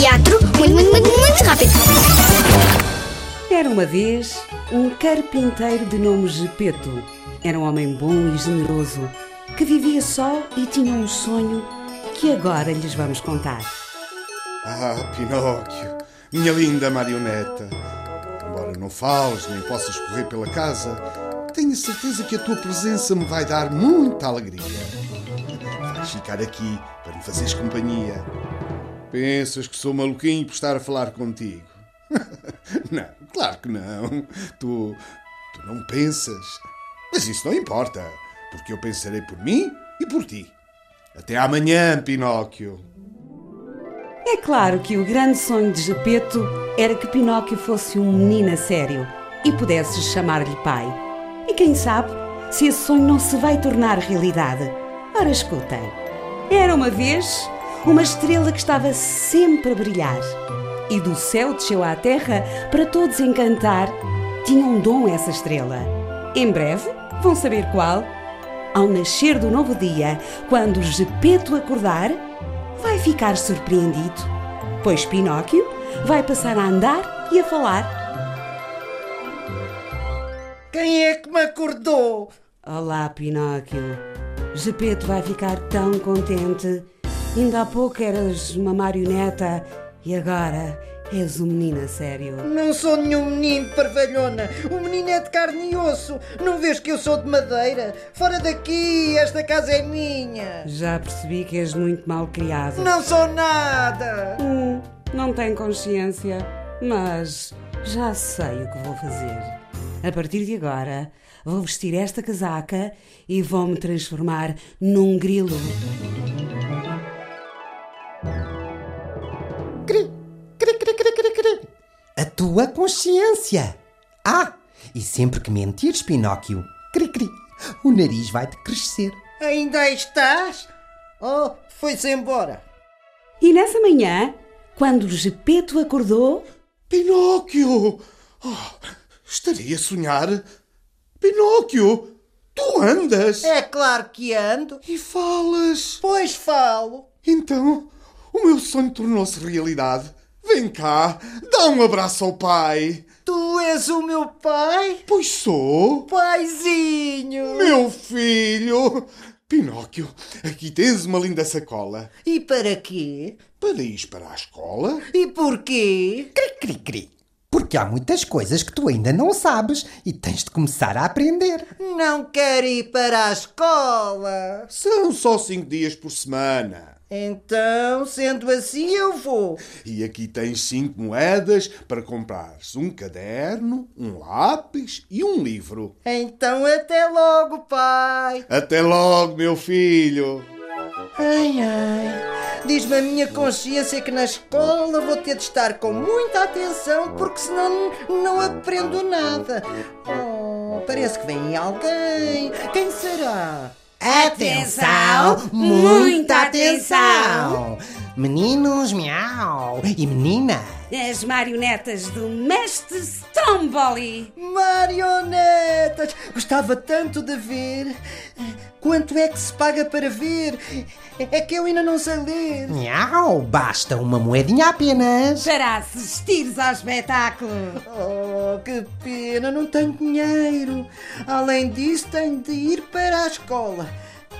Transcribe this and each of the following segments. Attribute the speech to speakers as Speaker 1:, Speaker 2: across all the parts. Speaker 1: muito, muito, muito, muito rápido.
Speaker 2: Era uma vez um carpinteiro de nome Gepeto. Era um homem bom e generoso que vivia só e tinha um sonho que agora lhes vamos contar.
Speaker 3: Ah, Pinóquio, minha linda marioneta. Embora não fales nem possas correr pela casa, tenho certeza que a tua presença me vai dar muita alegria. Vais ficar aqui para me fazeres companhia. Pensas que sou maluquinho por estar a falar contigo? não, claro que não. Tu, tu não pensas. Mas isso não importa, porque eu pensarei por mim e por ti. Até amanhã, Pinóquio.
Speaker 2: É claro que o grande sonho de Gepeto era que Pinóquio fosse um menino a sério e pudesse chamar-lhe pai. E quem sabe se esse sonho não se vai tornar realidade. Ora, escutem. Era uma vez uma estrela que estava sempre a brilhar e do céu desceu à terra para todos encantar. Tinha um dom essa estrela. Em breve vão saber qual. Ao nascer do novo dia, quando Gepeto acordar, vai ficar surpreendido, pois Pinóquio vai passar a andar e a falar.
Speaker 4: Quem é que me acordou?
Speaker 2: Olá, Pinóquio. Gepeto vai ficar tão contente. Ainda há pouco eras uma marioneta e agora és um menino a sério.
Speaker 4: Não sou nenhum menino, parvalhona. O menino é de carne e osso. Não vês que eu sou de madeira? Fora daqui, esta casa é minha.
Speaker 2: Já percebi que és muito mal criado.
Speaker 4: Não sou nada.
Speaker 2: Hum, não tenho consciência, mas já sei o que vou fazer. A partir de agora, vou vestir esta casaca e vou-me transformar num grilo.
Speaker 5: Cri, cri, cri, cri, cri, cri. A tua consciência. Ah, e sempre que mentires, Pinóquio, cri, cri, o nariz vai-te crescer.
Speaker 4: Ainda aí estás? Oh, foi-se embora.
Speaker 2: E nessa manhã, quando Gepeto acordou,
Speaker 3: Pinóquio! Oh, estaria a sonhar? Pinóquio, tu andas
Speaker 4: É claro que ando.
Speaker 3: e falas.
Speaker 4: Pois falo.
Speaker 3: Então, o meu sonho tornou-se realidade. Vem cá, dá um abraço ao pai.
Speaker 4: Tu és o meu pai?
Speaker 3: Pois sou.
Speaker 4: Paizinho!
Speaker 3: Meu filho! Pinóquio, aqui tens uma linda sacola.
Speaker 4: E para quê?
Speaker 3: Para ir para a escola?
Speaker 4: E porquê?
Speaker 5: Cri, cri, cri. Porque há muitas coisas que tu ainda não sabes e tens de começar a aprender.
Speaker 4: Não quero ir para a escola.
Speaker 3: São só cinco dias por semana.
Speaker 4: Então, sendo assim, eu vou.
Speaker 3: E aqui tens cinco moedas para comprares um caderno, um lápis e um livro.
Speaker 4: Então, até logo, pai.
Speaker 3: Até logo, meu filho!
Speaker 4: Ai, ai. Diz-me a minha consciência que na escola vou ter de estar com muita atenção porque senão não aprendo nada. Oh, parece que vem alguém. Quem será?
Speaker 2: Atenção, muita atenção.
Speaker 5: Meninos, miau! E meninas!
Speaker 2: as marionetas do mestre Stromboli.
Speaker 4: Marionetas! Gostava tanto de ver. Quanto é que se paga para ver? É que eu ainda não sei ler.
Speaker 5: Miau! Basta uma moedinha apenas!
Speaker 2: Para assistires ao espetáculo.
Speaker 4: Oh, que pena, não tenho dinheiro. Além disso, tenho de ir para a escola.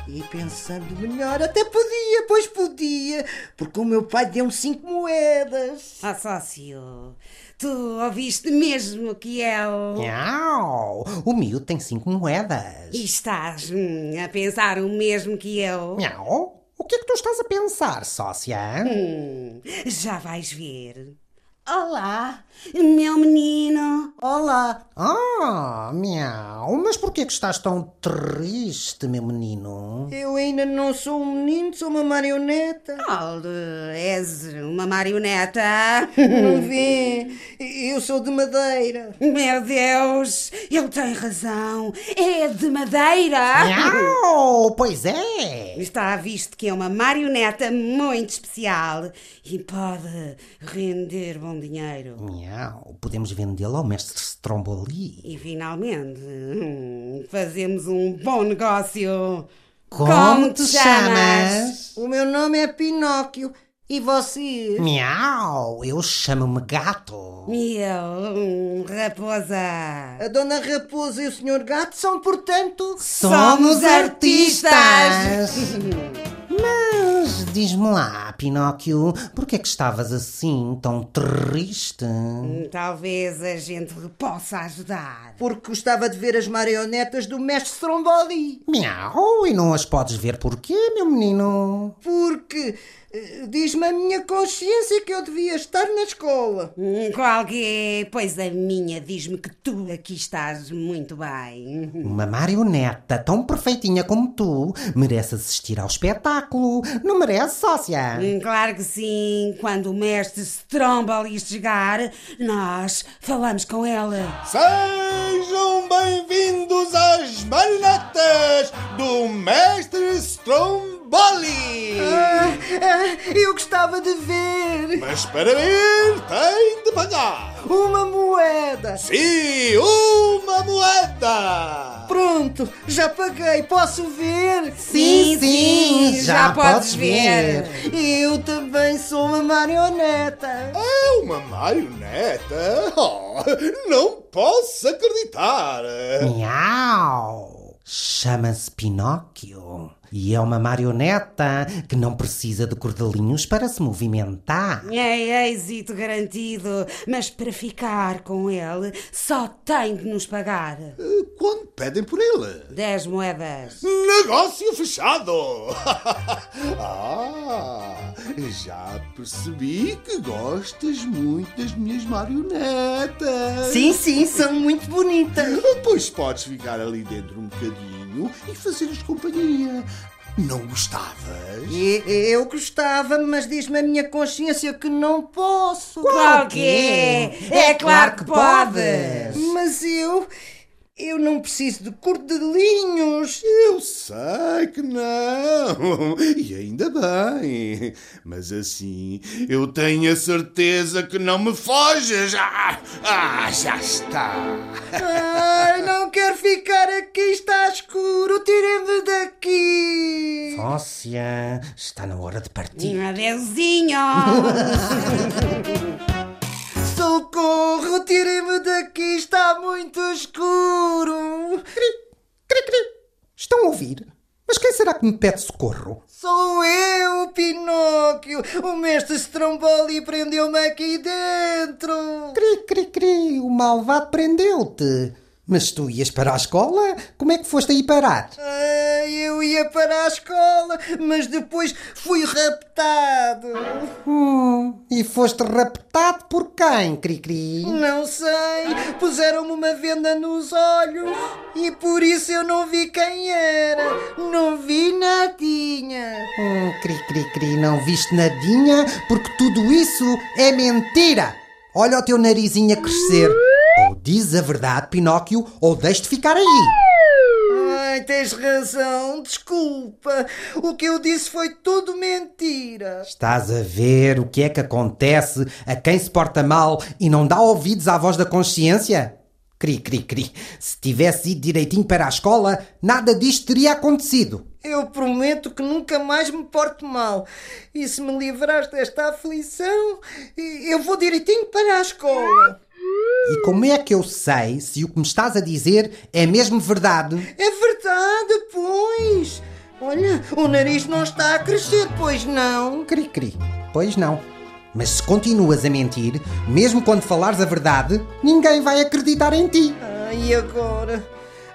Speaker 4: E pensando melhor, até podia, pois podia, porque o meu pai deu-me cinco moedas.
Speaker 2: Ó sócio, tu ouviste mesmo que eu...
Speaker 5: Miau! O miúdo tem cinco moedas!
Speaker 2: E estás hum, a pensar o mesmo que eu?
Speaker 5: Miau! O que é que tu estás a pensar, sócia?
Speaker 2: Hum, já vais ver. Olá, meu menino.
Speaker 4: Olá,
Speaker 5: Ah, miau! Mas porquê que estás tão triste, meu menino?
Speaker 4: eu ainda não sou um menino, sou uma marioneta.
Speaker 2: Oh, és uma marioneta.
Speaker 4: Não vê? Eu sou de madeira.
Speaker 2: Meu Deus, ele tem razão. É de madeira.
Speaker 5: Miau! Pois é!
Speaker 2: Está a visto que é uma marioneta muito especial e pode render bom dinheiro.
Speaker 5: Miau! Podemos vendê-la ao mestre Stromboli.
Speaker 2: E finalmente hum, fazemos um bom negócio.
Speaker 5: Como te chamas?
Speaker 4: O meu nome é Pinóquio E você?
Speaker 5: Miau, eu chamo-me gato.
Speaker 2: Miau, hum, raposa.
Speaker 4: A Dona Raposa e o Senhor Gato são, portanto.
Speaker 2: Somos artistas.
Speaker 5: Mas diz-me lá, Pinóquio, porquê é que estavas assim tão triste?
Speaker 2: Hum. Talvez a gente possa ajudar.
Speaker 4: Porque gostava de ver as marionetas do mestre Stromboli.
Speaker 5: Miau, e não as podes ver porquê, meu menino?
Speaker 4: Porque eh, diz-me a minha consciência que eu devia estar na escola.
Speaker 2: Hum, Qual que é? Pois a minha diz-me que tu aqui estás muito bem.
Speaker 5: Uma marioneta tão perfeitinha como tu merece assistir ao espetáculo, não merece, sócia?
Speaker 2: Hum, Claro que sim, quando o mestre se tromba ali chegar, nós falamos com ela.
Speaker 3: Sejam bem-vindos às marionetas do Mestre Stromboli!
Speaker 4: Ah, ah, eu gostava de ver
Speaker 3: Mas para ver, tem de pagar!
Speaker 4: uma moeda.
Speaker 3: Sim, uma moeda!
Speaker 4: Pronto, já paguei, posso ver?
Speaker 5: Sim, sim, já podes ver.
Speaker 4: Eu também sou uma marioneta.
Speaker 3: É uma marioneta? Oh, não posso acreditar!
Speaker 5: Miau! Chama-se Pinóquio e é uma marioneta que não precisa de cordelinhos para se movimentar.
Speaker 2: É êxito garantido, mas para ficar com ele só tem de nos pagar
Speaker 3: Quando pedem por ele?
Speaker 2: 10 moedas.
Speaker 3: Negócio fechado! ah, já percebi que gostas muito das minhas marionetas!
Speaker 4: Sim, sim, são muito bonitas.
Speaker 3: Pois podes ficar ali dentro um bocadinho e fazer-lhes companhia. Não gostavas?
Speaker 4: E- Eu gostava, mas diz-me a minha consciência que não posso.
Speaker 2: Qual que é? É claro que podes.
Speaker 4: Mas eu. Eu não preciso de cordelinhos.
Speaker 3: Eu sei que não! E ainda bem! Mas assim, eu tenho a certeza que não me foges! Ah, ah, já está!
Speaker 4: Ai, não quero ficar aqui, está escuro. Tirem-me daqui.
Speaker 5: Sócia, está na hora de partir.
Speaker 2: Adeusinho!
Speaker 4: Socorro, tirem-me daqui, está muito escuro.
Speaker 5: Estão a ouvir? Mas quem será que me pede socorro?
Speaker 4: Sou eu, Pinóquio. O mestre Stromboli prendeu-me aqui dentro.
Speaker 5: Cri, cri, cri, o malvado prendeu-te. Mas tu ias para a escola? Como é que foste aí parar?
Speaker 4: Ah, eu ia para a escola, mas depois fui raptado.
Speaker 5: Hum, e foste raptado por quem, cri, cri?
Speaker 4: Não sei, puseram-me uma venda nos olhos e por isso eu não vi quem era. Não vi nadinha.
Speaker 5: Hum, cri, cri, cri, não viste nadinha porque tudo isso é mentira. Olha o teu narizinho a crescer. Ou diz a verdade, Pinóquio, ou deixe-te ficar aí.
Speaker 4: Ai, tens razão, desculpa. O que eu disse foi tudo mentira.
Speaker 5: Estás a ver o que é que acontece a quem se porta mal e não dá ouvidos à voz da consciência? Cri, cri, cri. Se tivesse ido direitinho para a escola, nada disto teria acontecido.
Speaker 4: Eu prometo que nunca mais me porto mal. E se me livrares desta aflição, e- eu vou direitinho para a escola.
Speaker 5: E como é que eu sei se o que me estás a dizer é mesmo verdade?
Speaker 4: É verdade, pois. Olha, o nariz não está a crescer, pois não.
Speaker 5: Cri, cri. Pois não. Mas se continuas a mentir, mesmo quando falares a verdade, ninguém vai acreditar em ti.
Speaker 4: Ah, e agora?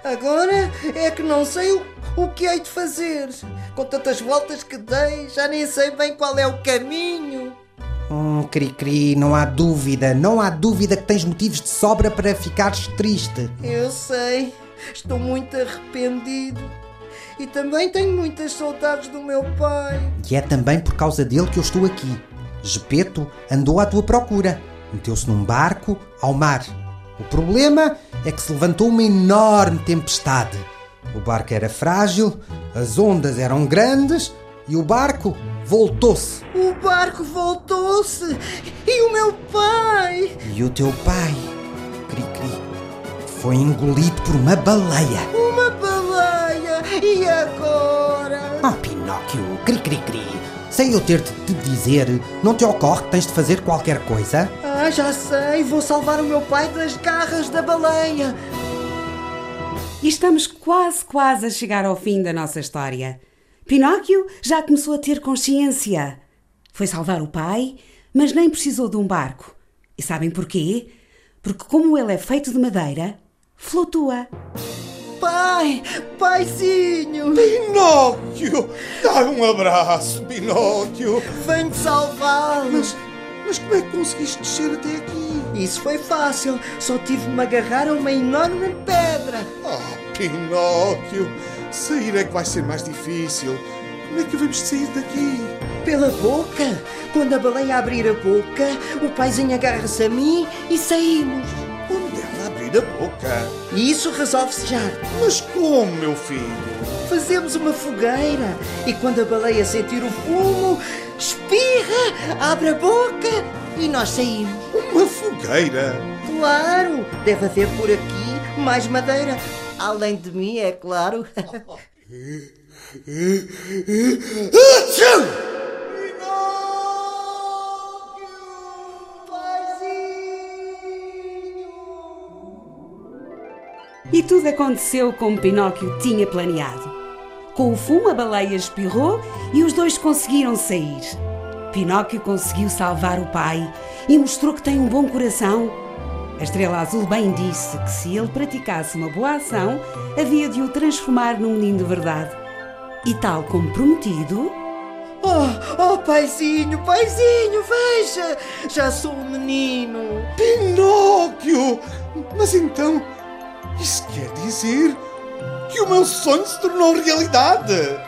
Speaker 4: Agora é que não sei o, o que hei de fazer. Com tantas voltas que dei, já nem sei bem qual é o caminho.
Speaker 5: Hum, cri, cri, não há dúvida, não há dúvida que tens motivos de sobra para ficares triste.
Speaker 4: Eu sei, estou muito arrependido. E também tenho muitas saudades do meu pai.
Speaker 5: E é também por causa dele que eu estou aqui. Gepeto andou à tua procura. Meteu-se num barco ao mar. O problema é que se levantou uma enorme tempestade. O barco era frágil, as ondas eram grandes e o barco voltou-se.
Speaker 4: O barco voltou-se e o meu pai.
Speaker 5: E o teu pai, Cri-Cri, foi engolido por uma baleia.
Speaker 4: Uma baleia. E agora?
Speaker 5: Oh, Pinóquio, Cri-Cri-Cri, Sem eu ter de te dizer, não te ocorre que tens de fazer qualquer coisa?
Speaker 4: Ah, já sei, vou salvar o meu pai das garras da baleia.
Speaker 2: E estamos quase, quase a chegar ao fim da nossa história. Pinóquio já começou a ter consciência. Foi salvar o pai, mas nem precisou de um barco. E sabem porquê? Porque, como ele é feito de madeira, flutua.
Speaker 4: Pai, paizinho,
Speaker 3: Pinóquio! Dá um abraço, Pinóquio!
Speaker 4: venho te salvá-los.
Speaker 3: Mas, mas como é que conseguiste descer até aqui?
Speaker 4: Isso foi fácil, só tive de me agarrar a uma enorme pedra.
Speaker 3: Ah, Pinóquio! Sair é que vai ser mais difícil. Como é que vamos sair daqui?
Speaker 4: Pela boca, quando a baleia abrir a boca, o paizinho agarra-se a mim e saímos.
Speaker 3: Onde ela abrir a boca?
Speaker 4: E isso resolve-se já.
Speaker 3: Mas como, meu filho?
Speaker 4: Fazemos uma fogueira e quando a baleia sentir o fumo, espirra, abre a boca e nós saímos.
Speaker 3: Uma fogueira!
Speaker 4: Claro, deve haver por aqui mais madeira. Além de mim, é claro.
Speaker 3: Ah, Acham!
Speaker 2: E tudo aconteceu como Pinóquio tinha planeado. Com o fumo, a baleia espirrou e os dois conseguiram sair. Pinóquio conseguiu salvar o pai e mostrou que tem um bom coração. A estrela azul bem disse que se ele praticasse uma boa ação, havia de o transformar num menino de verdade. E tal como prometido,
Speaker 4: Oh, oh, paizinho, paizinho, veja! Já sou um menino.
Speaker 3: Pinóquio! Mas então, isso quer dizer que o meu sonho se tornou realidade!